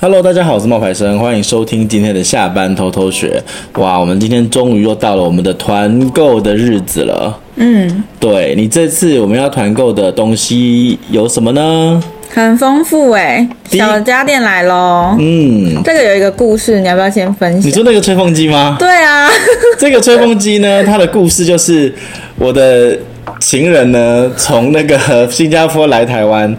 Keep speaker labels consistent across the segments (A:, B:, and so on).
A: Hello，大家好，我是冒牌生，欢迎收听今天的下班偷偷学。哇，我们今天终于又到了我们的团购的日子了。
B: 嗯，
A: 对你这次我们要团购的东西有什么呢？
B: 很丰富哎、
A: 第一
B: 小家电来喽。
A: 嗯，
B: 这个有一个故事，你要不要先分
A: 你
B: 享？
A: 说那个吹风机吗？
B: 对啊，
A: 这个吹风机呢，它的故事就是我的情人呢，从那个 新加坡来台湾，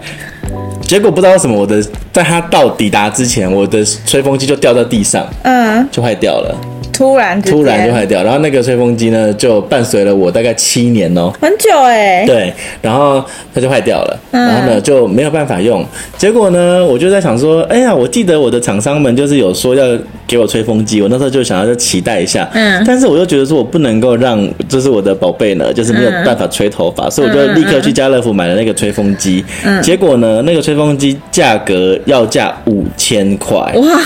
A: 结果不知道为什么，我的在他到抵达之前，我的吹风机就掉在地上，
B: 嗯，
A: 就坏掉了，
B: 突然之间
A: 突然就坏掉。然后那个吹风机呢，就伴随了我大概七年哦、
B: 很久哎、
A: 对，然后它就坏掉了，
B: 嗯
A: 然后呢就没有办法用。结果呢，我就在想说，哎呀，我记得我的厂商们就是有说要给我吹风机，我那时候就想要就期待一下，
B: 嗯
A: 但是我又觉得说我不能够让就是我的宝贝呢，就是没有办法吹头
B: 嗯
A: 发，所以我就立刻去家乐福买了那个吹风机。结果呢，那个吹风机价格要价五千块，
B: 哇，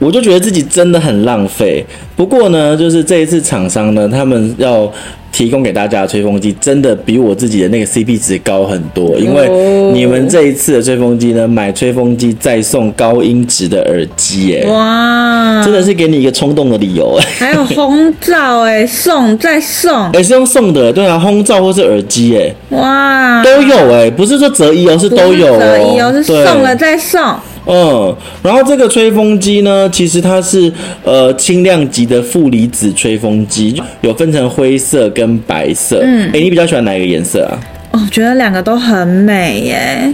A: 我就觉得自己真的很浪费。不过呢，就是这一次厂商呢，他们要提供给大家的吹风机，真的比我自己的那个 CP 值高很多。因为
B: 哦
A: 你们这一次的吹风机呢，买吹风机再送高音质的耳机，耶，
B: 哇
A: 真，的是给你一个冲动的理由。
B: 还有红枣哎、送再送，
A: 哎、是用送的，对啊，烘罩或是耳机，哎，
B: 哇，
A: 都有哎，不是说折一哦，是都有
B: 不是折一
A: 哦，
B: 哦，是
A: 对
B: 送了再送，哦
A: 嗯，然后这个吹风机呢，其实它是呃轻量级的负离子吹风机，有分成灰色跟白色。嗯，哎，你比较喜欢哪一个颜色啊？
B: 哦我觉得两个都很美耶、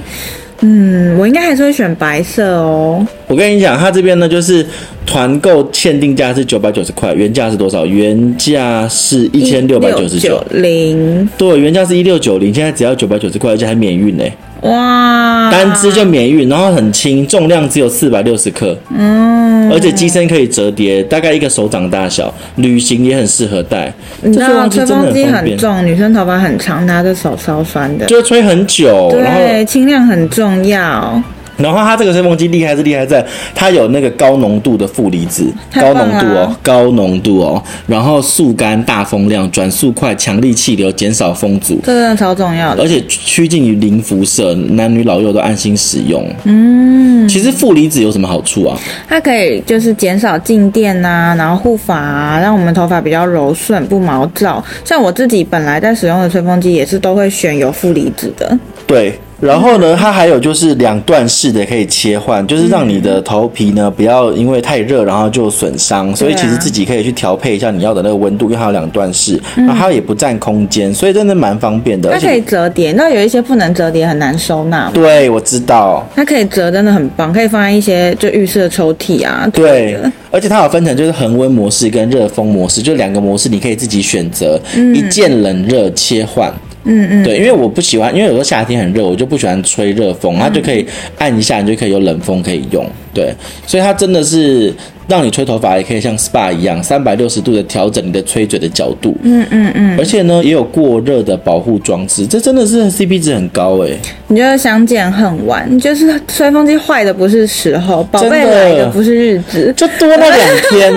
B: 嗯，我应该还是会选白色哦。
A: 我跟你讲，它这边呢就是团购限定价是九百九十块，原价是多少？原价是一千六百九十九。
B: 零，
A: 对，原价是一六九零，现在只要九百九十块，而且还免运呢、
B: 哇，
A: 单支就免运，然后很轻，重量只有四百六十克，
B: 嗯，
A: 而且机身可以折叠，大概一个手掌大小，旅行也很适合带。
B: 你知道
A: 这
B: 嗯吹
A: 吹风机
B: 风
A: 真
B: 机
A: 的很方
B: 很
A: 便
B: 重，女生头发很长，拿着手超酸的。
A: 就会吹很久，然后
B: 对，轻量很重要，
A: 然后它这个吹风机厉害是厉害在它有那个高浓度的负离子，
B: 太
A: 高
B: 棒了
A: 浓度哦，高浓度哦，然后速干、大风量、转速快、强力气流、减少风阻，
B: 这真的超重要的。
A: 而且趋近于零辐射，男女老幼都安心使用。
B: 嗯，
A: 其实负离子有什么好处啊？
B: 它可以就是减少静电呐、然后护发、啊，让我们头发比较柔顺，不毛躁。像我自己本来在使用的吹风机也是都会选有负离子的。
A: 对，然后呢，它还有就是两段式的可以切换，就是让你的头皮呢不要因为太热然后就损伤，所以其实自己可以去调配一下你要的那个温度，因为它有两段式，然后它也不占空间，所以真的蛮方便的。而
B: 它可以
A: 且，
B: 折叠，那有一些不能折叠，很难收纳。
A: 对，我知道。
B: 它可以折，真的很棒，可以放在一些就浴室的抽屉啊。之类
A: 对
B: 的，
A: 而且它有分成，就是恒温模式跟热风模式，就两个模式你可以自己选择，一键冷热切换。
B: 嗯嗯，
A: 对，因为我不喜欢，因为有时候夏天很热，我就不喜欢吹热风，它就可以按一下，你就可以有冷风可以用。对，所以它真的是让你吹头发也可以像 SPA 一样，三百六十度的调整你的吹嘴的角度。嗯嗯嗯。而且呢，也有过热的保护装置，这真的是 CP 值很高欸诶、
B: 你觉得相见恨晚，就是吹风机坏的不是时候，宝贝
A: 真的
B: 来的不是日子。
A: 就多那两天，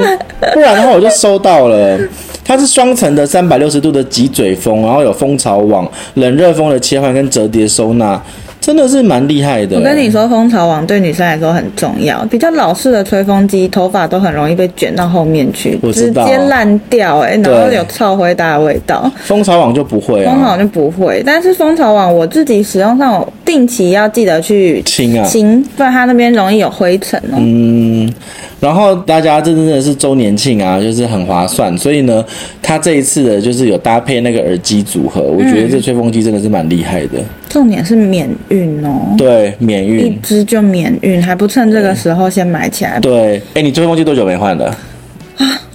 A: 不然的话我就收到了。它是双层的三百六十度的脊嘴风，然后有蜂巢网、冷热风的切换跟折叠收纳，真的是蛮厉害的、
B: 我跟你说，蜂巢网对女生来说很重要。比较老式的吹风机，头发都很容易被卷到后面去，
A: 我知
B: 直
A: 道
B: 接烂掉、欸，然后
A: 对
B: 有臭灰搭的味道。
A: 蜂巢网就不会
B: 蜂巢
A: 啊，
B: 网就不会，但是蜂巢网我自己使用上，我定期要记得去
A: 亲啊。
B: 清，不然它那边容易有灰尘哦、
A: 嗯，然后大家这真的是周年庆啊，就是很划算，所以呢，它这一次的就是有搭配那个耳机组合，我觉得这吹风机真的是蛮厉害的，
B: 重点是免运哦、
A: 对，免
B: 一
A: 运，
B: 支就免运，还不趁这个时候先买起来，
A: 对，哎，你吹风机多久没换了？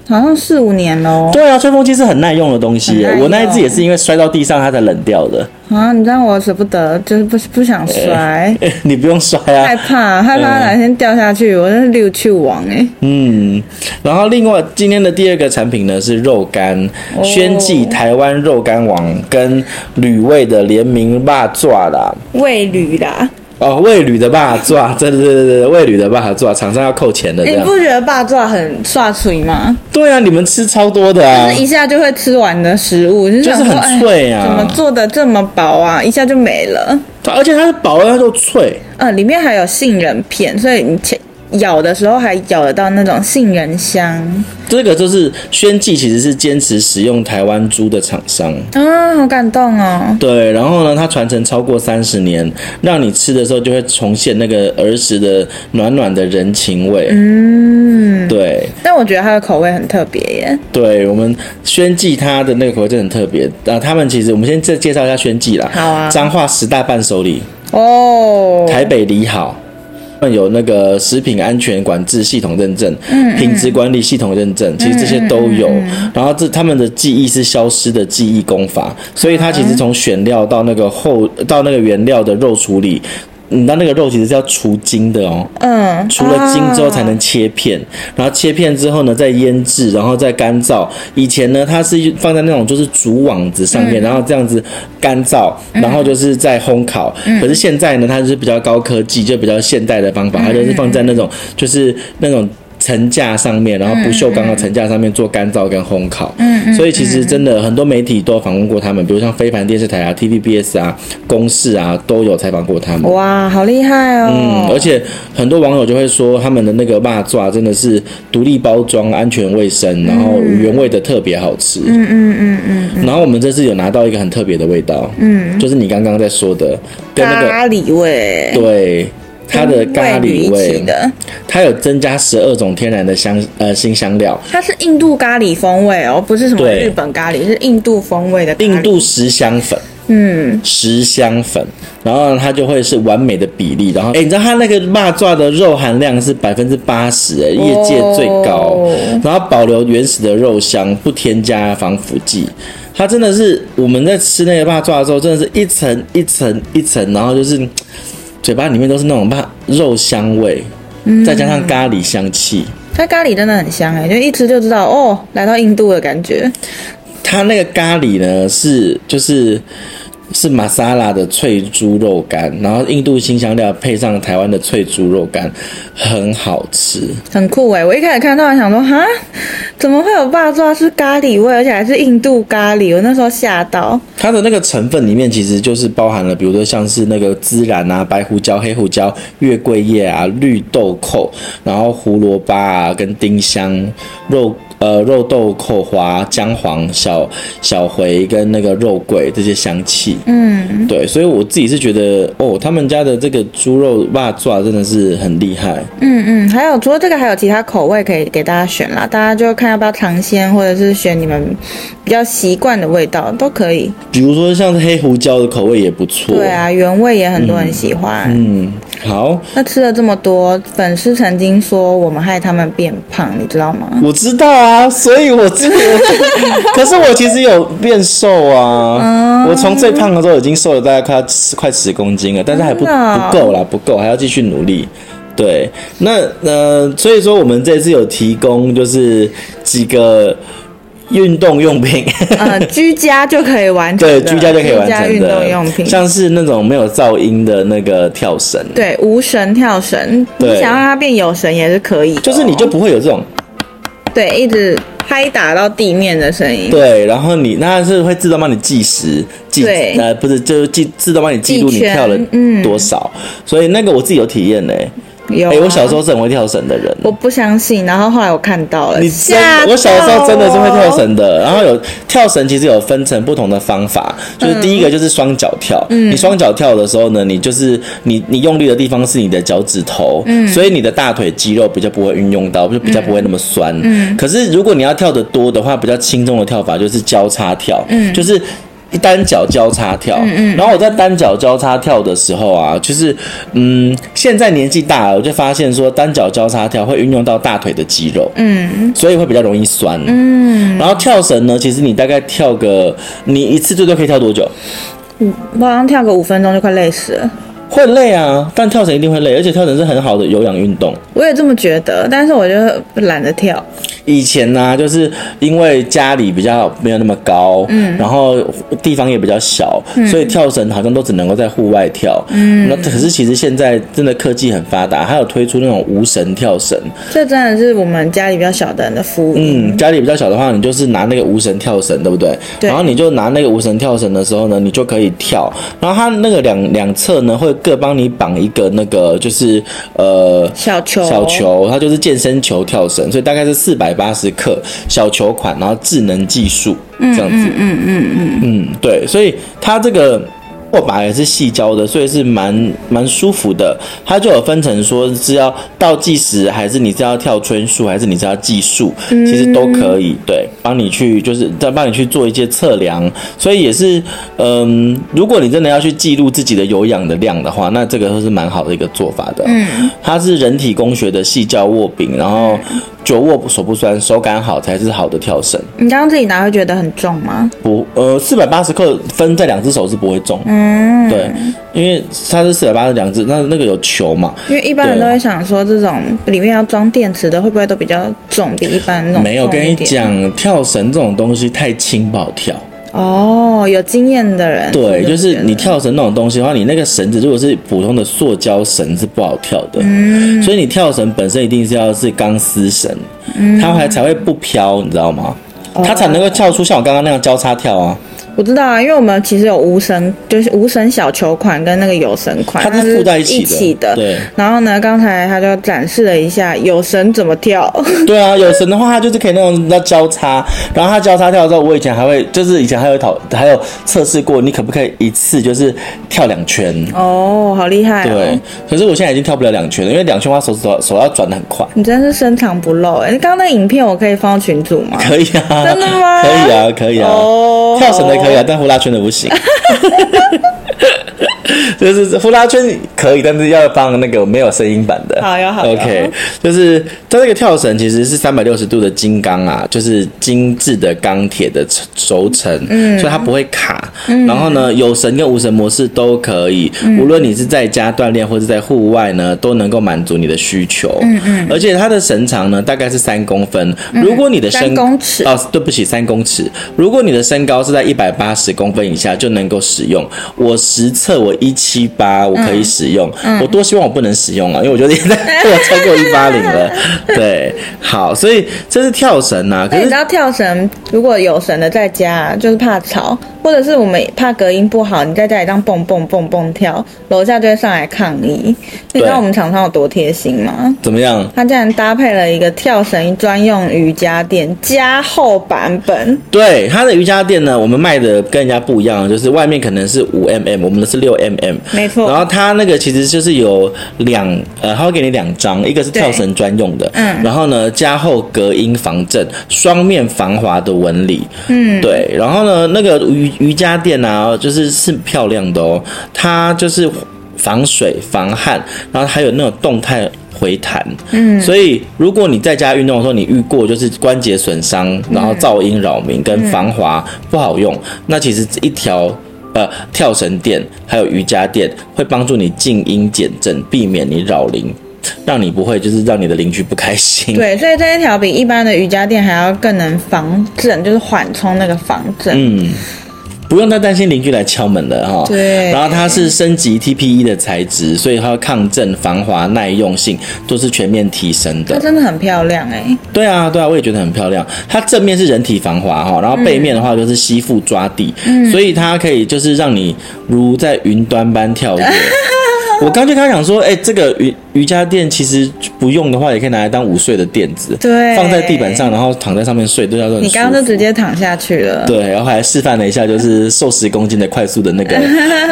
B: 好像四五年喽。
A: 对啊，吹风机是很耐用的东西耶
B: 哦很耐，用
A: 我那一次也是因为摔到地上它才冷掉的，
B: 啊，你让我舍不得，就是不不
A: 哎
B: 想摔，
A: 你不用摔
B: 害
A: 啊，
B: 怕害怕哪天掉下去，我真是六去王哎、
A: 嗯，然后另外今天的第二个产品呢是肉干，
B: 哦
A: 轩记台湾肉干网跟吕味的联名霸爪啦。
B: 喂驴啦，
A: 哦，味旅的霸爪， 对对对对对，味旅的霸爪，厂商要扣钱的这
B: 你
A: 样。
B: 哎不觉得霸爪很刷嘴吗？
A: 对啊，你们吃超多的啊
B: 就，是一下就会吃完的食物，就
A: 就是是
B: 想说
A: 很脆啊
B: 哎怎么做的这么薄啊？一下就没了。啊
A: 它而且它是薄的，它就脆。
B: 呃，里面还有杏仁片，所以你切咬的时候还咬得到那种杏仁香
A: 这个就是宣记其实是坚持使用台湾猪的厂商，
B: 啊，好感动哦！
A: 对，然后呢，它传承超过三十年，让你吃的时候就会重现那个儿时的暖暖的人情味。嗯，对
B: 但我觉得它的口味很特别耶。
A: 对，我们宣记它的那个口味真的很特别。啊，他们其实我们先再介绍一下宣记啦。
B: 好啊
A: 彰化十大伴手礼，
B: 哦，
A: 台北礼好。他们有那个食品安全管制系统认证，品质管理系统认证，其实这些都有。然后这他们的技艺是消失的技艺工法，所以它其实从选料到那个后到那个原料的肉处理，你知道那个肉其实是要除筋的哦，
B: 嗯，
A: 除了筋之后才
B: 啊
A: 能切片，然后切片之后呢，再腌制，然后再干燥。以前呢，它是放在那种就是竹网子上面，然后这样子干燥，然后就是在烘烤。可是现在呢，它就是比较高科技，就比较现代的方法，它就是放在那种就是那种。层架上面，然后不锈钢的层架上面做干燥跟烘烤，嗯，所以其实真的很多媒体都访问过他们，比如像非凡电视台啊、TVBS 啊、公视啊都有采访过他们。
B: 哇，好厉害哦！
A: 嗯，而且很多网友就会说，他们的那个蚂蚱真的是独立包装、安全卫
B: 嗯
A: 生，然后原味的特别好吃。嗯嗯嗯嗯。然后我们这次有拿到一个很特别的味道，嗯，就是你刚刚在说的，跟那个
B: 咖喱味，
A: 对它的咖喱
B: 跟味一
A: 味
B: 起，的，
A: 它有增加十二种天然的香呃新香料，
B: 它是印度咖喱风味哦，不是什么
A: 对
B: 日本咖喱，是印度风味的咖喱。
A: 印度十香粉。
B: 嗯，
A: 十香粉，然后它就会是完美的比例。然后，哎，你知道它那个蚂蚱的肉含量是百分之八十，哎，业界最高。
B: 哦
A: 然后保留原始的肉香，不添加防腐剂。它真的是我们在吃那个蚂蚱的时候，真的是一层一层一层，然后就是嗯嘴巴里面都是那种蚂肉香味，再加上咖喱香气。
B: 它咖喱真的很香哎，就一吃就知道哦，来到印度的感觉。
A: 它那个咖喱呢是就是是玛莎拉的脆猪肉干，然后印度新香料配上台湾的脆猪肉干，很好吃。
B: 很酷哎！我一开始看到还想说，哈，怎么会有霸抓是咖喱味，而且还是印度咖喱？我那时候吓到。
A: 它的那个成分里面其实就是包含了，比如说像是那个孜然啊、白胡椒、黑胡椒、月桂叶啊、绿豆蔻，然后胡萝卜啊、跟丁香、肉呃肉豆蔻花、姜黄、小小茴跟那个肉桂这些香气。
B: 嗯，
A: 对，所以我自己是觉得，哦，他们家的这个猪肉辣爪真的是很厉害。
B: 嗯嗯，还有除了这个，还有其他口味可以给大家选啦，大家就看要不要尝鲜，或者是选你们比较习惯的味道都可以。
A: 比如说像是黑胡椒的口味也不错。
B: 对，啊，原味也很多人喜欢。
A: 嗯，好，
B: 那吃了这么多，粉丝曾经说我们害他们变胖，你知 道吗？
A: 我知道啊，所以我之前，可是我其实有变瘦啊。
B: 嗯
A: 我从最胖的时候已经瘦了大概快要10快十公斤了，但是还不
B: 真的哦
A: 不够啦，不够，还要继续努力。对，那呃，所以说我们这次有提供就是几个运动用品。
B: 呃，居家就可以完成
A: 对，
B: 的，
A: 居家就可以完成的。
B: 居家运动用品，
A: 像是那种没有噪音的那个跳绳，
B: 对，无绳跳绳，你
A: 对
B: 想让它变有绳也是可以的哦、
A: 就是你就不会有这种
B: 对一直拍打到地面的声 音，
A: 对，然后你那是会自动帮你计时，计
B: 对
A: 呃不是就是记自动帮你记录你
B: 计圈
A: 跳了
B: 嗯
A: 多少，所以那个我自己有体验呢、欸。
B: 有、
A: 哎、
B: 啊
A: 我小时候是很会跳绳的人。
B: 我不相信，然后后来我看到了，
A: 你真
B: 吓，哦
A: 我小时候真的是会跳。绳的，然后有跳绳，其实有分成不同的方法，就
B: 嗯
A: 是第一个就是双脚跳，你双脚跳的时候呢，你就是你你用力的地方是你的脚趾头，
B: 嗯
A: 所以你的大腿肌肉比较不会运用到，就比较不会那么酸。
B: 嗯
A: 可是如果你要跳得多的话，比较轻松的跳法就是交叉跳，
B: 嗯
A: 就是。一单脚交叉跳，然后我在单脚交叉跳的时候啊，就是嗯，现在年纪大了，我就发现说单脚交叉跳会运用到大腿的肌肉，
B: 嗯
A: 所以会比较容易酸。
B: 嗯，
A: 然后跳绳呢，其实你大概跳个，你一次最多可以跳多久？
B: 我好像跳个五分钟就快累死了，
A: 会累啊，但跳绳一定会累，而且跳绳是很好的有氧运动。
B: 我也这么觉得，但是我就懒得跳。
A: 以前呢、就是因为家里比较没有那么高，嗯，然后地方也比较小，所以跳绳好像都只能够在户外跳，嗯，那可是其实现在真的科技很发达，还有推出那种无绳跳绳，
B: 这真的是我们家里比较小的人的福音。
A: 嗯，家里比较小的话，你就是拿那个无绳跳绳，对不对？
B: 对
A: 然后你就拿那个无绳跳绳的时候呢，你就可以跳。然后它那个两两侧呢会各帮你绑一个那个就是呃
B: 小球
A: 小球，它就是健身球跳绳，所以大概是四百八十克小球款，然后智能技术这样子，嗯嗯嗯嗯，对，所以它这个。握把也是细胶的，所以是蛮蛮舒服的。它就有分成，说是要倒计时，还是你是要跳圈数，还是你是要计数，其实都可以。对，帮你去就是再帮你去做一些测量，所以也是嗯，如果你真的要去记录自己的有氧的量的话，那这个是蛮好的一个做法的。嗯，它是人体工学的细胶握柄，然后久握手不酸，手感好才是好的跳绳。
B: 你刚刚自己拿会觉得很重吗？
A: 不，呃，四百八十克分在两只手是不会重。
B: 嗯，
A: 对，因为它是四百八十两只，那那个有球嘛，
B: 因为一般人都会想说，这种里面要装电池的，会不会都比较重，比一般那种
A: 没有
B: 重一
A: 跟你
B: 点
A: 讲，跳绳这种东西太轻不好跳。
B: 哦，有经验的人
A: 对，
B: 不
A: 就是
B: 觉
A: 你
B: 得
A: 跳绳那种东西的话，你那个绳子如果是普通的塑胶绳是不好跳的，
B: 嗯
A: 所以你跳绳本身一定是要是钢丝绳，
B: 嗯
A: 它还才会不飘，你知道吗？
B: 哦
A: 它才能够跳出像我刚刚那样交叉跳啊，
B: 我知道啊，因为我们其实有无绳，就是无绳小球款跟那个有绳款，
A: 它是附在一起
B: 一起
A: 的，对。
B: 然后呢，刚才他就展示了一下有绳怎 么跳，
A: 对啊，有绳的话，它就是可以那种叫交叉，然后它交叉跳的时候，我以前还会，就是以前还有讨，还有测试过，你可不可以一次就是跳两圈？
B: 哦，好厉害、哦！
A: 对，，可是我现在已经跳不了两圈了，因为两圈的话手指头手要转的很快。
B: 你真是深藏不露哎、刚刚那影片我可以放到群组 吗？
A: 可以啊，
B: 真的吗
A: 可以啊，可以啊，
B: 哦
A: 跳绳的可以啊，但呼啦圈的不行。 就是呼啦圈可以，但是要放那个没有声音版的。
B: 好哟好哟
A: OK，就是它这个跳绳其实是三百六十度的金刚啊，就是精致的钢铁的轴承，嗯，所以它不会卡。然后呢，
B: 嗯
A: 有绳跟无绳模式都可以，无论你是在家锻炼或是在户外呢，都能够满足你的需求。嗯嗯，而且它的绳长呢大概是三公分，如果你的身
B: 嗯三公尺
A: 哦，对不起，三公尺。如果你的身高是在一百八十公分以下，就能够使用。我实测我一七八，我
B: 嗯
A: 可以使用。我多希望我不能使用啊，因为我觉得现在 我超过一八零了。对，好，所以这是跳绳呐、啊。可
B: 那你
A: 是
B: 知道跳绳如果有绳的在家啊、就是怕吵，或者是我们怕隔音不好，你在家里这样蹦蹦蹦蹦跳，楼下就会上来抗议。你知
A: 对
B: 道我们厂商有多贴心吗？
A: 怎么样？
B: 它竟然搭配了一个跳绳专用瑜伽垫加厚版本，
A: 对它的瑜伽垫呢，我们卖的跟人家不一样，就是外面可能是五 mm，我们的是六 mm。
B: 没错
A: 然后它那个其实就是有两，呃，它会给你两张，一个是跳绳专用的，嗯，然后呢加厚隔音防震，双面防滑的纹理，嗯，对。然后呢，那个瑜瑜伽垫啊，就是是漂亮的哦，它就是防水、防汗，然后还有那种动态回弹。嗯，所以如果你在家运动的时候，你遇过就是关节损伤，然后噪音扰民跟防滑不好用，那其实一条。呃，跳绳垫还有瑜伽垫会帮助你静音减震，避免你扰邻，让你不会就是让你的邻居不开心。
B: 对，所以这一条比一般的瑜伽垫还要更能防震，就是缓冲那个防震。
A: 嗯，不用再担心邻居来敲门了哈。
B: 对
A: 然后它是升级 TPE 的材质，所以它抗震、防滑、耐用性都是全面提升
B: 它
A: 的。
B: 真的很漂亮哎、
A: 对啊，对啊，我也觉得很漂亮。它正面是人体防滑哈，然后背面的话就是吸附抓地，
B: 嗯
A: 所以它可以就是让你如在云端般跳 跃。我刚就跟他讲说，哎、这个瑜瑜伽垫其实不用的话，也可以拿来当午睡的垫子，
B: 对
A: 放在地板上，然后躺在上面睡，对它都很
B: 你刚刚就
A: 舒服
B: 直接躺下去 了。
A: 对，然后还示范了一下，就是瘦十公斤的快速的那个，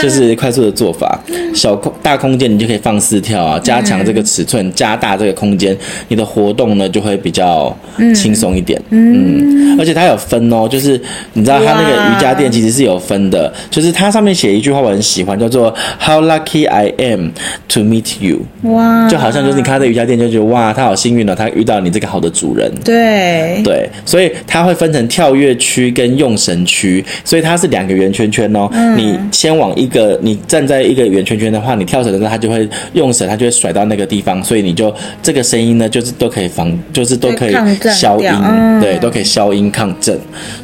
A: 就是快速的做法。小空大空间你就可以放肆跳啊，加强这个尺寸，加大这个空间，你的活动呢就会比较轻松一点。嗯，而且它有分哦，就是你知道它那个
B: 哇
A: 瑜伽垫其实是有分的，就是它上面写一句话我很喜欢，叫做 “How lucky I am to meet you”，
B: 哇，
A: 就好像就是你看它在瑜伽垫就觉得哇，它好幸运哦，它遇到你这个好的主人。
B: 对，
A: 对，所以它会分成跳跃区跟用绳区，所以它是两个圆圈圈哦。
B: 嗯
A: 你先往一个，你站在一个圆圈圈的话，你跳绳的时候，它就会用绳，它就会甩到那个地方，所以你就这个声音呢，就是都可以防，就是都可以
B: 对抗震
A: 消音
B: 掉，嗯
A: 对，都可以消音抗震，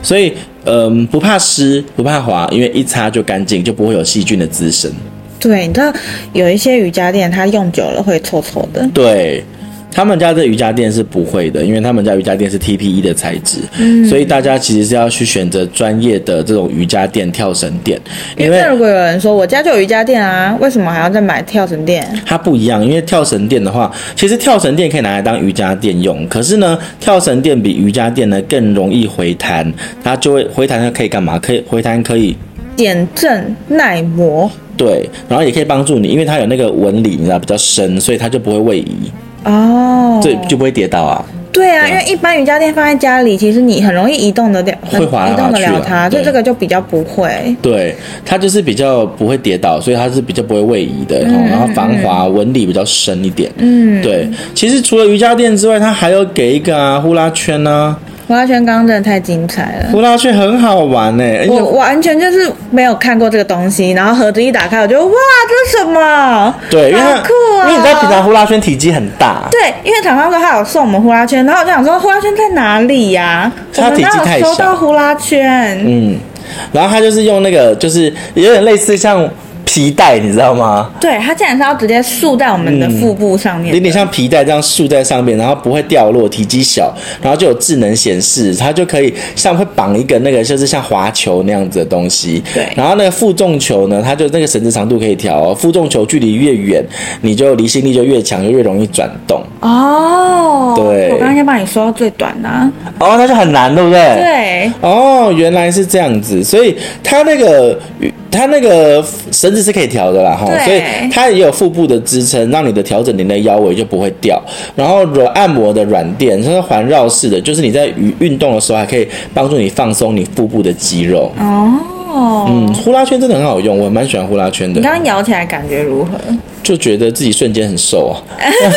A: 所以。嗯，不怕湿，不怕滑，因为一擦就干净，就不会有细菌的滋生。
B: 对，你知道有一些瑜伽垫它用久了会臭臭的。
A: 对，他们家的瑜伽垫是不会的，因为他们家瑜伽垫是 TPE 的材质，所以大家其实是要去选择专业的这种瑜伽垫、跳绳垫，因为
B: 那如果有人说我家就有瑜伽垫啊，为什么还要再买跳绳垫？
A: 它不一样，因为跳绳垫的话，其实跳绳垫可以拿来当瑜伽垫用，可是呢，跳绳垫比瑜伽垫呢更容易回弹，它就会回弹，它可以干嘛？可以回弹，可以
B: 减震耐磨
A: 对，然后也可以帮助你，因为它有那个纹理，你知道比较深，所以它就不会位移，
B: 哦，
A: 所以就不会跌倒啊。
B: 对啊，
A: 对啊
B: 因为一般瑜伽垫放在家里，其实你很容易移动得了，
A: 会滑来滑去啊
B: 移动得了它，所以
A: 对
B: 这个就比较不会。
A: 对，它就是比较不会跌倒，所以它是比较不会位移的，
B: 嗯
A: 吼然后防滑纹理比较深一点。嗯，对。其实除了瑜伽垫之外，它还有给一个啊呼啦圈啊，
B: 呼啦圈刚刚真的太精彩了。
A: 呼啦圈很好玩欸呢、而且
B: 我完全就是没有看过这个东西，然后盒子一打开，我就哇，这是什么？
A: 对，因为它
B: 好酷啊！
A: 因为你知道平常呼啦圈体积很大，
B: 对，因为厂商说他有送我们呼啦圈，然后我就想说呼啦圈在哪里呀、我
A: 它
B: 们
A: 体积
B: 哪
A: 太
B: 有
A: 小
B: 收到呼啦圈？
A: 嗯，然后它就是用那个，就是有点类似像皮带，你知道吗？
B: 对，它竟然是要直接竖在我们的腹部上面
A: 有
B: 的。
A: 点像皮带这样束在上面，然后不会掉落，体积小，然后就有智能显示，它就可以像会绑一个那个就是像滑球那样子的东西。
B: 对
A: 然后那个负重球呢，它就那个绳子长度可以调、哦，负重球距离越远，你就离心力就越强，就越容易转动。
B: 哦，
A: 对
B: 我刚刚先帮你说到最短的、啊。
A: 哦，那就很难，对不对？对
B: 对，
A: 哦，原来是这样子，所以它那个它那个绳子是可以调的啦，哈，
B: 对
A: 所以它也有腹部的支撑，让你的调整你的腰围就不会掉。然后软按摩的软垫，它是环绕式的，就是你在运运动的时候还可以帮助你放松你腹部的肌肉。
B: 哦，
A: 嗯，呼啦圈真的很好用，我蛮喜欢呼啦圈的
B: 你，刚刚摇起来感觉如何？
A: 就觉得自己瞬间很瘦啊。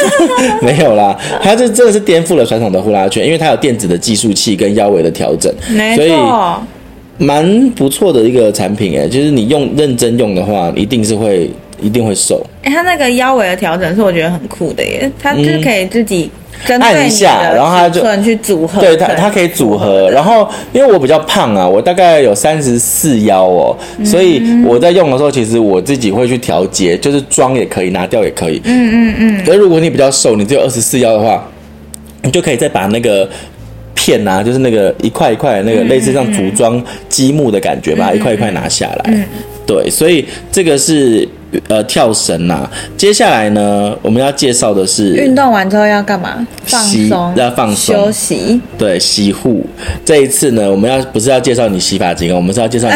A: 没有啦，它这真的是颠覆了传统的呼啦圈，因为它有电子的计数器跟腰围的调整，
B: 没
A: 所以
B: 错，
A: 蛮不错的一个产品哎，就是你用认真用的话，一定是会一定会瘦。
B: 诶它那个腰围的调整是我觉得很酷的耶，它就是可以自己针
A: 嗯
B: 对
A: 按一
B: 你
A: 下
B: 的
A: 然后它
B: 尺
A: 就
B: 寸去组合成。
A: 对它，它可以组合。然后因为我比较胖啊，我大概有三十四腰哦，所以我在用的时候，其实我自己会去调节，就是装也可以，拿掉也可以。嗯嗯嗯。可是如果你比较瘦，你只有二十四腰的话，你就可以再把那个。片啊，就是那个一块一块的那个类似像组装积木的感觉吧，一块一块拿下来。对，所以这个是呃跳绳啊。接下来呢，我们要介绍的是
B: 运动完之后要干嘛？放
A: 洗
B: 松，
A: 要放松
B: 休息。
A: 对洗护。这一次呢，我们要不是要介绍你洗发精哦，我们是要介 绍你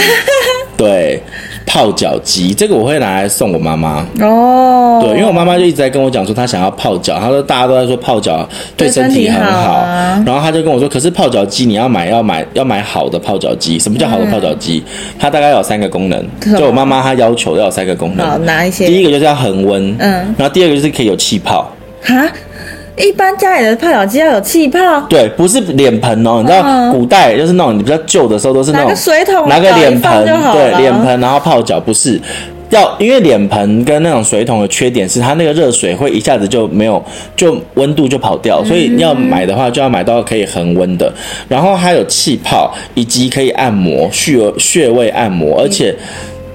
A: 对泡脚机。这个我会拿来送我妈妈。
B: 哦，
A: 对，因为我妈妈就一直在跟我讲说，她想要泡脚，她说大家都在说泡脚对
B: 对身
A: 身体
B: 体
A: 很
B: 好
A: 好，
B: 啊
A: 然后她就跟我说，可是泡脚机你要买要买要买好的泡脚机，什么叫好的泡脚机？
B: 嗯
A: 它大概有三个功能，
B: 什么
A: 就我妈妈她要求要有三个功
B: 好
A: 能，
B: 拿一些。
A: 第一个就是要恒温，
B: 嗯，
A: 然后第二个就是可以有气泡，
B: 哈，一般家里的泡脚机要有气泡，
A: 对，不是脸盆哦，你知道
B: 嗯
A: 古代就是那种你比较旧的时候都是那
B: 拿
A: 种
B: 个水桶
A: 拿个
B: 搞一
A: 脸
B: 放
A: 盆，
B: 就好
A: 对，
B: 了
A: 脸盆然后泡脚不是。要，因为脸盆跟那种水桶的缺点是，它那个热水会一下子就没有，就温度就跑
B: 嗯
A: 掉，所以要买的话就要买到可以恒温的，然后还有气泡，以及可以按摩穴穴位按
B: 嗯
A: 摩，而且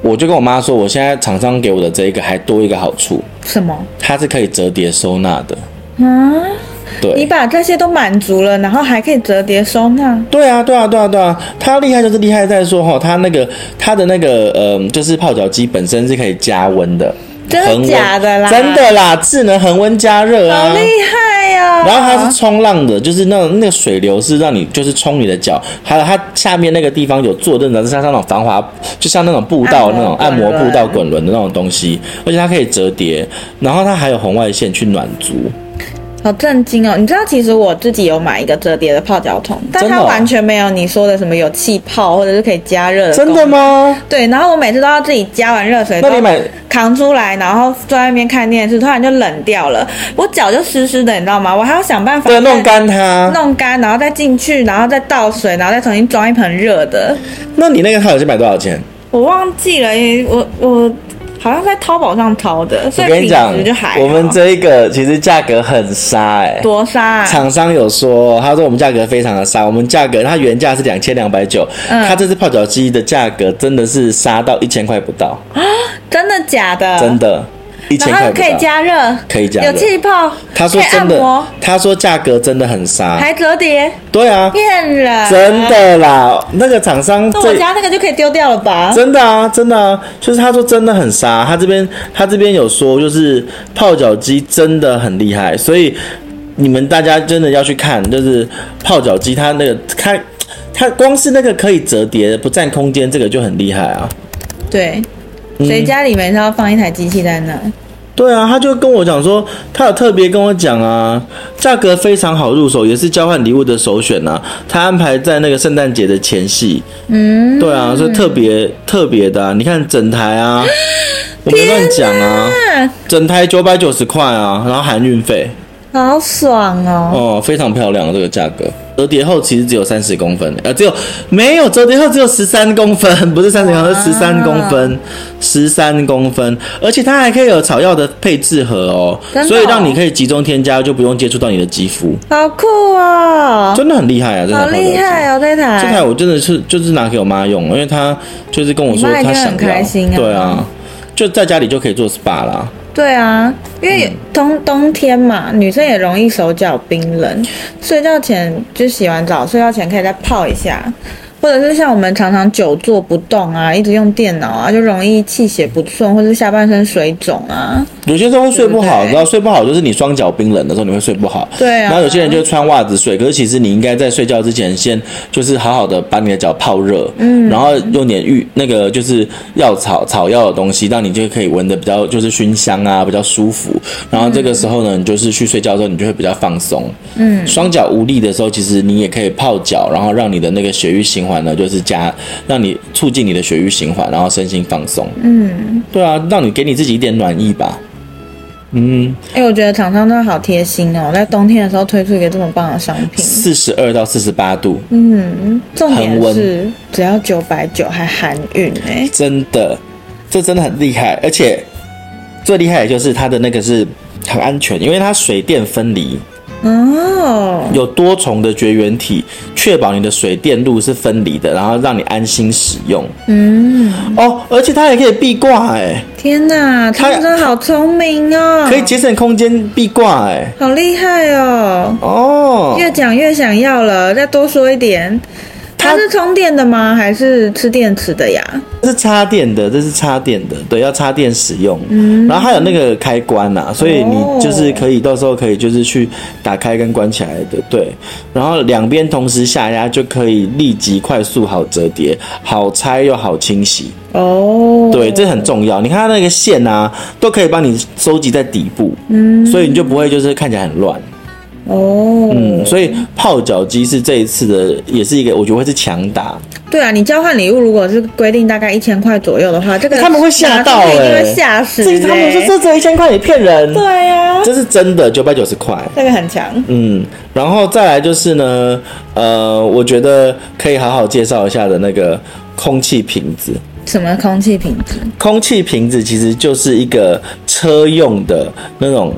A: 我就跟我妈说，我现在厂商给我的这一个还多一个好处，
B: 什么？
A: 它是可以折叠收纳的，
B: 嗯，
A: 对，
B: 你把这些都满足了，然后还可以折叠收纳。
A: 对啊，对啊，对啊，对啊，它厉害就是厉害在说哈，它那个它的那个呃，就是泡脚机本身是可以加温的，
B: 真的
A: 恒温
B: 假的啦
A: 真的啦，智能恒温加热
B: 好
A: 啊。
B: 厉害哦呀、
A: 然后它是冲浪的，就是那种那个水流是让你就是冲你的脚，还有它下面那个地方有坐凳子，像像那种防滑，就像那种步道
B: 按摩
A: 那种按摩
B: 滚轮
A: 步道滚轮的那种东西，而且它可以折叠，然后它还有红外线去暖足，
B: 好震惊哦！你知道，其实我自己有买一个折叠的泡脚桶，但
A: 真的
B: 它
A: 哦
B: 完全没有你说的什么有气泡或者是可以加热的。
A: 真的？吗？
B: 对，然后我每次都要自己加完热水，
A: 那你买
B: 扛出来，然后坐在那边看电视，突然就冷掉了，我脚就湿湿的，你知道吗？我还要想办法
A: 对弄
B: 再
A: 干它，
B: 弄干，然后再进去，然后再倒水，然后再重新装一盆热的。
A: 那你那个泡脚机买多少钱？
B: 我忘记了，因为我我好像在淘宝上淘的，所
A: 我
B: 以
A: 跟你讲
B: 品质就还，好
A: 我们这一个其实价格很杀哎、
B: 多杀、啊，
A: 厂商有说，他说我们价格非常的杀，我们价格它原价是两千两百九，
B: 嗯
A: 它这次泡脚机的价格真的是杀到一千块不到，
B: 真的假的？
A: 真的。一千
B: 然
A: 块
B: 后
A: 不
B: 可以
A: 到
B: 加热，
A: 可以加热
B: 有气泡，
A: 他说
B: 可以
A: 真
B: 按
A: 的
B: 摩，，
A: 他说价格真的很杀，
B: 还折叠，
A: 对啊，
B: 骗人，
A: 真。的啦，那个厂商
B: 那我
A: 这
B: 家那个就可以丢掉了吧？
A: 真的啊，真的啊，就是他说真的很杀，他这边他这边有说就是泡脚机真的很厉害，所以你们大家真的要去看，就是泡脚机它那个它它光是那个可以折叠的不占空间，这个就很厉害啊。
B: 对，谁家里没事要放一台机器在那？
A: 对啊，他就跟我讲说，他有特别跟我讲啊，价格非常好入手，也是交换礼物的首选啊。他安排在那个圣诞节的前夕，嗯，对啊，所以特别特别的、啊，你看整台啊，我没乱讲啊，
B: 嗯，
A: 整台九百九十块啊，然后含运费，
B: 好爽哦！
A: 哦，非常漂亮这个价格。折叠后其实只有三十公分，呃，只有没有折叠后只有十三公分，不 是三十公分，是十三公分，十三公分，而且它还可以有草药的配置盒哦，
B: 真的哦
A: 所以让你可以集中添加，就不用接触到你的肌肤，
B: 好酷哦！
A: 真的很厉害啊！这台
B: 好
A: 泡脚机
B: 厉害哦！这
A: 这台
B: 台
A: 我真的是就是拿给我妈用，因为她就是跟我说
B: 你妈一定
A: 她想要，
B: 很开心啊
A: 对啊，就在家里就可以做 SPA 啦。
B: 对啊，因为
A: 嗯
B: 冬冬天嘛，女生也容易手脚冰冷，睡觉前就洗完澡，睡觉前可以再泡一下，或者是像我们常常久坐不动啊，一直用电脑啊，就容易气血不顺，或是下半身水肿啊。
A: 有些时候会睡不好，
B: 对不对
A: 然后睡不好就是你双脚冰冷的时候你会睡不好。
B: 对啊
A: 然后有些人就穿袜子睡，可是其实你应该在睡觉之前先就是好好的把你的脚泡热，嗯，然后用点浴那个就是药草草药的东西，让你就可以闻的比较就是熏香啊，比较舒服。然后这个时候呢，你就是去睡觉的时候你就会比较放松。嗯，双脚无力的时候，其实你也可以泡脚，然后让你的那个血液循环呢就是加，让你促进你的血液循环，然后身心放松。嗯，对啊，让你给你自己一点暖意吧。嗯，
B: 哎、我觉得厂商真的好贴心哦，在冬天的时候推出一个这么棒的商品。
A: 四十二到四十八度，
B: 嗯，重
A: 恒
B: 点
A: 温
B: 是只要九百九还含运哎、
A: 真的，这真的很厉害。而且最厉害的就是它的那个是很安全，因为它水电分离，
B: 哦，
A: 有多重的绝缘体，确保你的水电路是分离的，然后让你安心使用。
B: 嗯，
A: 哦，而且它也可以壁挂、哎，
B: 天哪，他们真的好聪明哦，
A: 可以节省空间壁挂、哎，
B: 好厉害哦，
A: 哦，
B: 越讲越想要了，再多说一点。它是充电的吗？还是吃电池的呀？
A: 这是插电的，这是插电的，对，要插电使用。然后它有那个开关呐、所以你
B: 哦
A: 就是可以到时候可以就是去打开跟关起来的，对。然后两边同时下压就可以立即快速好折叠，好拆又好清洗，
B: 哦，
A: 对，这很重要。你看它那个线啊，都可以帮你收集在底部，嗯，所以你就不会就是看起来很乱。
B: 哦，
A: 嗯，所以泡脚机是这一次的，也是一个我觉得会是强打，
B: 对啊，你交换礼物如果是规定大概一千块左右的话，这个
A: 他们会吓到
B: 拿出去一定
A: 哎
B: 会吓死、
A: 这
B: 欸。
A: 他们说这只有一千块，你骗人。
B: 对啊呀、
A: 这是真的，九百九十块。
B: 这个很强。
A: 嗯，然后再来就是呢，呃，我觉得可以好好介绍一下的那个空气瓶子。
B: 什么空气瓶子？
A: 空气瓶子其实就是一个车用的那种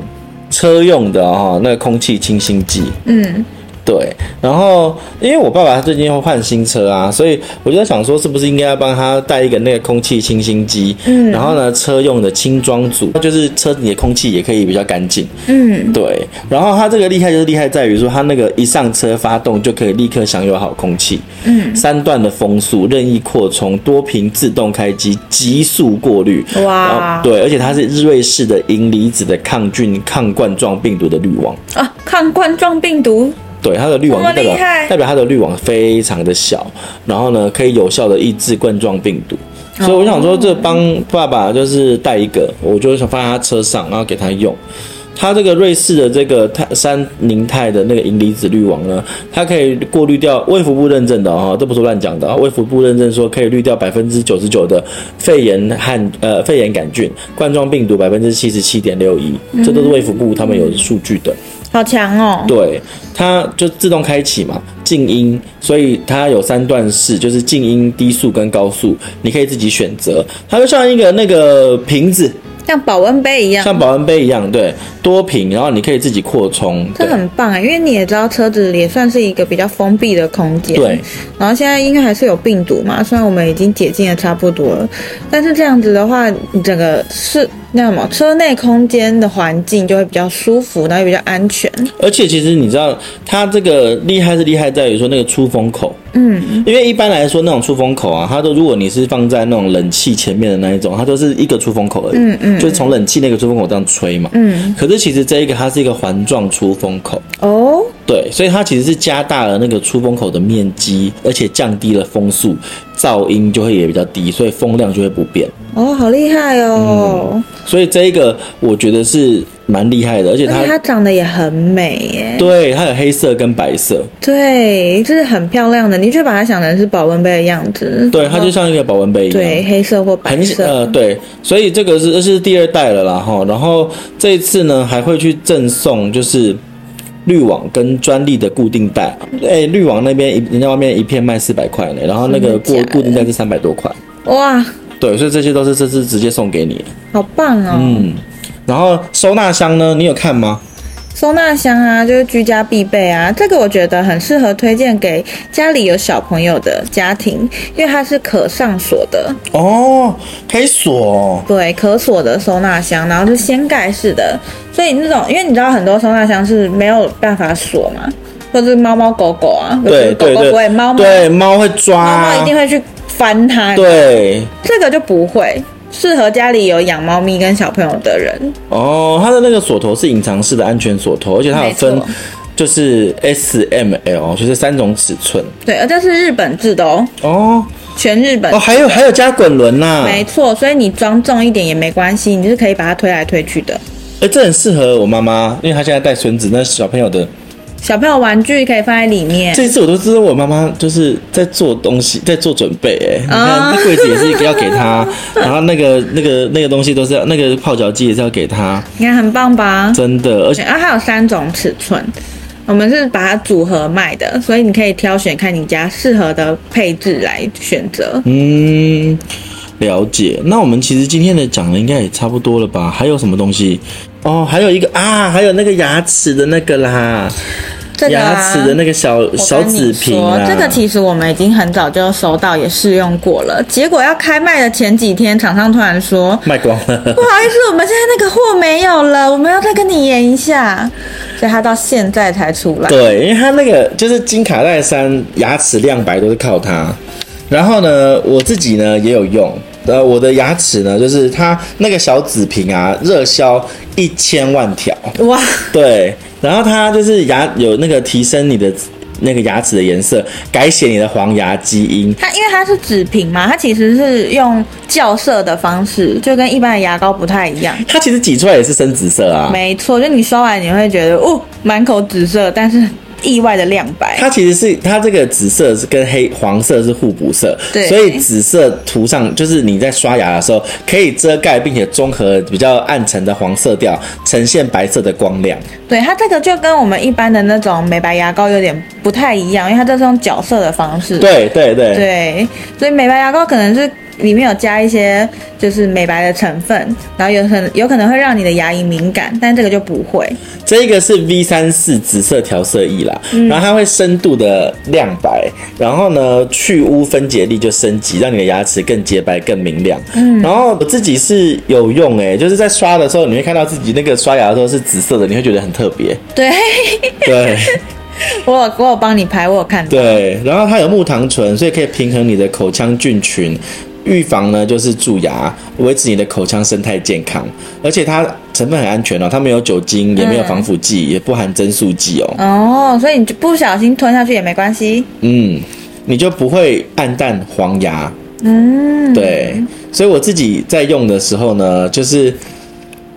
A: 车用的哦，那个空气清新剂。
B: 嗯，
A: 对，然后因为我爸爸他最近要换新车啊，所以我就在想说，是不是应该要帮他带一个那个空气清新机，嗯，然后呢，车用的轻装组，就是车里的空气也可以比较干净，
B: 嗯，
A: 对。然后它这个厉害就是厉害在于说，它那个一上车发动就可以立刻享有好空气，嗯，三段的风速，任意扩充，多屏自动开机，极速过滤，
B: 哇
A: 然后对，而且它是瑞士的银离子的抗菌抗冠状病毒的滤网。
B: 啊，抗冠状病毒，
A: 对，它的滤网就代
B: 这
A: 表
B: 么厉害
A: 代表它的滤网非常的小，然后呢，可以有效的抑制冠状病毒。
B: 哦
A: 所以我想说，这帮爸爸就是带一个，我就想放在他车上，然后给他用。它这个瑞士的这个碳三凝肽的那个银离子滤网呢，它可以过滤掉卫福部认证的哈、哦，这不是乱讲的、哦。卫福部认证说可以滤掉百分之九十九的肺炎和呃肺炎杆菌、冠状病毒百分之七十七点六一，这都是卫福部他们有数据的。
B: 好强哦！
A: 对，它就自动开启嘛，静音，所以它有三段式，就是静音、低速跟高速，你可以自己选择。它就像一个那个瓶子，
B: 像保温杯一样，
A: 像保温杯一样，对，多瓶，然后你可以自己扩充，
B: 这
A: 对。
B: 很棒哎，因为你也知道，车子也算是一个比较封闭的空间。
A: 对。
B: 然后现在因为还是有病毒嘛，虽然我们已经解禁的差不多了，但是这样子的话，你整个是那什么车内空间的环境就会比较舒服，然后也比较安全。
A: 而且其实你知道，它这个厉害是厉害在于说那个出风口，嗯，因为一般来说那种出风口啊，它都如果你是放在那种冷气前面的那一种，它就是一个出风口而已，嗯嗯，就是从冷气那个出风口这样吹嘛，嗯，可是其实这一个它是一个环状出风口，
B: 哦，
A: 对，所以它其实是加大了那个出风口的面积，而且降低了风速，噪音就会也比较低，所以风量就会不变，
B: 哦，好厉害哦！
A: 所以这一个我觉得是蛮厉害的，而且
B: 而
A: 它
B: 且它长得也很美耶，
A: 对它有黑色跟白色，
B: 对，就是很漂亮的。你就把它想成是保温杯的样子，
A: 对它就像一个保温杯一样，
B: 对，黑色或白
A: 很
B: 色，
A: 呃对，所以这个是这是第二代了啦哈。然后这一次呢还会去赠送就是滤网跟专利的固定带，哎、滤网那边一人家外面一片卖四百块呢，然后那个
B: 真
A: 固
B: 的假的
A: 固定带是三百多块，
B: 哇，
A: 对，所以这些都是这次直接送给你，
B: 好棒哦！
A: 嗯。然后收纳箱呢，你有看吗？
B: 收纳箱啊，就是居家必备啊。这个我觉得很适合推荐给家里有小朋友的家庭，因为它是可上锁的，
A: 哦，可以锁哦、
B: 对，可锁的收纳箱，然后是掀盖式的，所以那种，因为你知道很多收纳箱是没有办法锁嘛，或者是猫猫狗狗啊，
A: 对
B: 狗
A: 对
B: 狗
A: 对，
B: 不会，猫猫
A: 对猫会抓，
B: 猫猫一定会去翻它，，
A: 对，
B: 这个就不会。适合家里有养猫咪跟小朋友的人，
A: 哦，它的那个锁头是隐藏式的安全锁头，而且它有分
B: 没错，
A: 就是 S、M、L，就是三种尺寸。
B: 对，而且是日本制的哦，
A: 哦
B: 全日本
A: 哦，还有还有加滚轮呐、
B: 没错，所以你装重一点也没关系，你是可以把它推来推去的。
A: 哎，这很适合我妈妈，因为她现在带孙子，那小朋友的。
B: 小朋友玩具可以放在里面，
A: 这一次我都知道我妈妈就是在做东西，在做准备。哎，你看
B: 啊
A: 那柜子也是要给 她，然后那个那个那个东西都是要，那个泡脚机也是要给她，
B: 你看很棒吧？
A: 真的。而且
B: 对啊，它有三种尺寸，我们是把它组合卖的，所以你可以挑选看你家适合的配置来选择。
A: 嗯，了解。那我们其实今天的讲的应该也差不多了吧？还有什么东西？哦，还有一个啊，还有那个牙齿的那个啦，
B: 这个、啊、
A: 牙齿的那个小
B: 我
A: 小
B: 跟你
A: 纸瓶
B: 说
A: 啊，
B: 这个其实我们已经很早就收到，也试用过了。结果要开卖的前几天，厂商突然说
A: 卖光了
B: 不。好意思，我们现在那个货没有了，我们要再跟你延一下，所以他到现在才出来。
A: 对，因为它那个就是金卡戴珊牙齿亮白都是靠它。然后呢，我自己呢也有用。呃，我的牙齿呢，就是它那个小纸瓶啊，热销一千万条。
B: 哇，
A: 对，然后它就是牙有那个提升你的那个牙齿的颜色，改写你的黄牙基因。
B: 它因为它是纸瓶嘛，它其实是用校色的方式，就跟一般的牙膏不太一样。
A: 它其实挤出来也是深紫色啊，
B: 没错，就你刷完你会觉得哦，满口紫色，但是意外的亮 白。
A: 它其实是它这个紫色是跟黑黄色是互补色，
B: 对
A: 所以紫色涂上就是你在刷牙的时候可以遮盖并且综合比较暗沉的黄色调，呈现白色的光亮。
B: 对，它这个就跟我们一般的那种美白牙膏有点不太一样，因为它这是用校色的方式。
A: 对对对，
B: 对，所以美白牙膏可能是里面有加一些就是美白的成分，然后有可能有可能会让你的牙龈敏感，但这个就不会。
A: 这个是 V 三四紫色调色液啦，然后它会深度的亮白，然后呢去污分解力就升级，让你的牙齿更洁白、更明亮。嗯，然后我自己是有用诶、就是在刷的时候，你会看到自己那个刷牙的时候是紫色的，你会觉得很特 别。
B: 对
A: 对
B: 我有我有帮你拍，我有看到。
A: 对，然后它有木糖醇，所以可以平衡你的口腔菌群。预防呢，就是蛀牙，维持你的口腔生态健康，而且它成分很安全哦，它没有酒精，也没有防腐剂，也不含增塑剂哦。
B: 哦，所以你就不小心吞下去也没关系。
A: 嗯，你就不会暗淡黄牙。嗯，对，所以我自己在用的时候呢，就是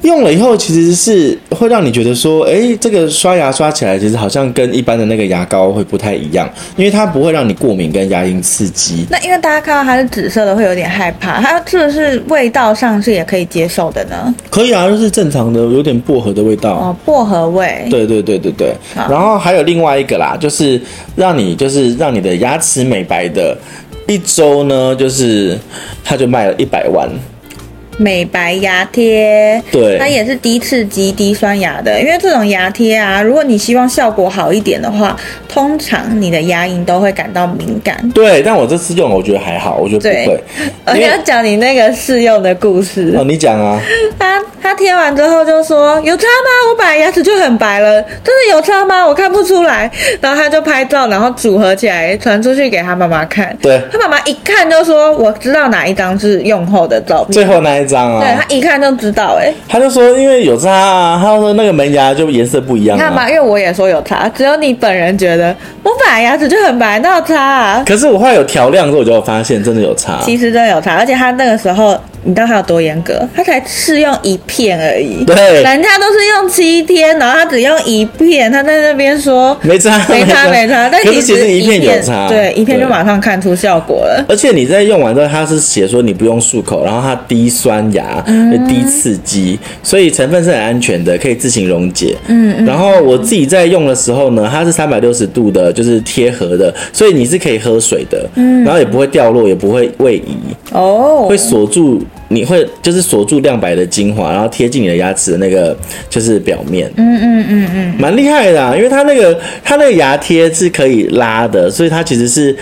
A: 用了以后，其实是会让你觉得说，诶，这个刷牙刷起来，其实好像跟一般的那个牙膏会不太一样，因为它不会让你过敏跟牙龈刺激。
B: 那因为大家看到它是紫色的，会有点害怕。它是不是味道上是也可以接受的呢？
A: 可以啊，就是正常的，有点薄荷的味道。
B: 哦，薄荷味。
A: 对对对对对，
B: 好
A: 然后还有另外一个啦，就是让你就是让你的牙齿美白的，一周呢就是它就卖了一百万，
B: 美白牙贴，
A: 对
B: 它也是低刺激、低酸牙的。因为这种牙贴啊，如果你希望效果好一点的话，通常你的牙龈都会感到敏感。
A: 对，但我这次用了我觉得还好，我觉得
B: 对哦
A: 不会。
B: 而
A: 因
B: 且
A: 为
B: 要讲你那个试用的故事，
A: 哦，你讲 啊，
B: 他他贴完之后就说有差吗？我本来牙齿就很白了，真的有差吗？我看不出来。然后他就拍照，然后组合起来传出去给他妈妈看。
A: 对
B: 他妈妈一看就说我知道哪一张是用后的照片。
A: 最后那一张
B: 对
A: 啊
B: 他，一看就知道哎、欸
A: 他就说因为有差啊，他说那个门牙就颜色不一样
B: 你看吧，
A: 啊。
B: 因为我也说有差，只有你本人觉得我本来牙齿就很白，那有差啊？
A: 可是我后来有调亮之后，我就有发现真的有差。
B: 其实真的有差，而且他那个时候，你知道他有多严格？他才试用一片而已，
A: 对
B: 人家都是用七天，然后他只用一片，他在那边说
A: 没差，
B: 没差没差，但
A: 可是其实
B: 一
A: 一片有差，啊
B: 对，一片就马上看出效果了。
A: 而且你在用完之后，它是写说你不用漱口，然后它低酸牙、低刺激，所以成分是很安全的，可以自行溶解。嗯然后我自己在用的时候呢，它是三百六十度的，就是贴合的，所以你是可以喝水的，嗯，然后也不会掉落，也不会位移，
B: 哦，
A: 会锁住。你会就是锁住亮白的精华，然后贴近你的牙齿的那个就是表面，嗯嗯嗯嗯，蛮厉害的、啊，因为它那个它那个牙贴是可以拉的，所以它其实是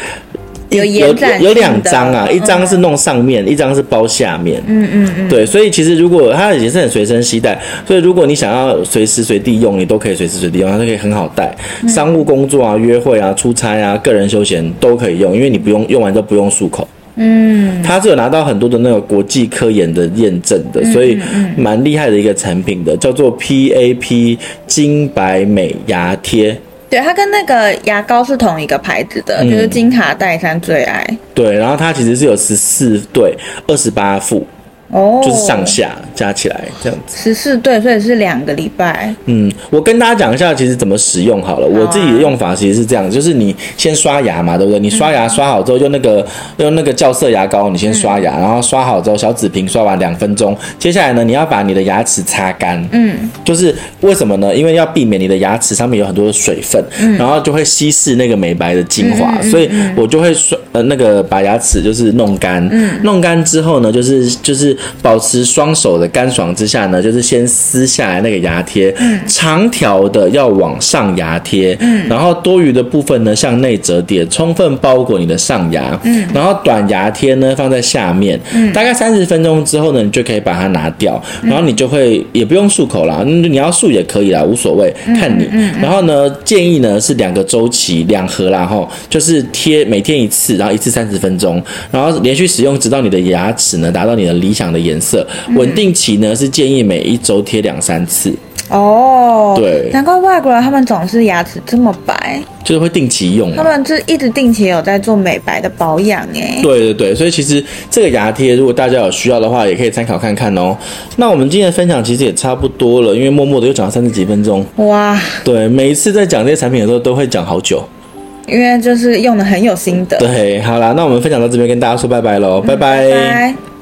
B: 有
A: 一
B: 延
A: 有
B: 展
A: 有
B: 性
A: 两
B: 的
A: 张啊，一张是弄上面，一张是包下面。嗯嗯嗯。对，所以其实如果它也是很随身携带，所以如果你想要随时随地用，你都可以随时随地用，它就可以很好带。商务工作啊、约会啊、出差啊、个人休闲都可以用，因为你不用用完都不用漱口。嗯，它是有拿到很多的那个国际科研的验证的，所以蛮厉害的一个产品的，叫做 PAP 金白美牙贴。
B: 对，它跟那个牙膏是同一个牌子的，
A: 嗯
B: 就是金卡戴珊最爱。
A: 对，然后它其实是有十四对二十八副，
B: 哦，
A: 就是上下加起来这样子。
B: 十四对，所以是两个礼拜。
A: 嗯，我跟大家讲一下，其实怎么使用好了。我自己的用法其实是这样，就是你先刷牙嘛，对不对？你刷牙刷好之后，用那个用那个酵色牙膏，你先刷牙，然后刷好之后，小纸瓶刷完两分钟。接下来呢，你要把你的牙齿擦干。嗯，就是为什么呢？因为要避免你的牙齿上面有很多的水分，然后就会稀释那个美白的精华，所以我就会刷呃那个把牙齿就是弄干。弄干之后呢，就是就是保持双手的干爽之下呢，就是先撕下来那个牙贴，长条的要往上牙贴，然后多余的部分呢向内折叠，充分包裹你的上牙，然后短牙贴呢放在下面，大概三十分钟之后呢，你就可以把它拿掉，然后你就会也不用漱口啦，嗯你要漱也可以啦，无所谓，看你。然后呢，建议呢是两个周期两盒啦，吼，就是贴每天一次，然后一次三十分钟，然后连续使用，直到你的牙齿呢达到你的理想的颜色。稳定期呢是建议每一周贴两三次，
B: 哦，
A: 对
B: 难怪外国人他们总是牙齿这么白，
A: 就是会定期用啦。
B: 他们是一直定期有在做美白的保养 哎。
A: 对对对，所以其实这个牙贴，如果大家有需要的话，也可以参考看看哦。那我们今天的分享其实也差不多了，因为默默的又讲了三十几分钟。
B: 哇，
A: 对，每一次在讲这些产品的时候，都会讲好久。
B: 因为就是用的很有心得。
A: 对，好啦，那我们分享到这边，跟大家说拜拜喽，拜
B: 拜拜。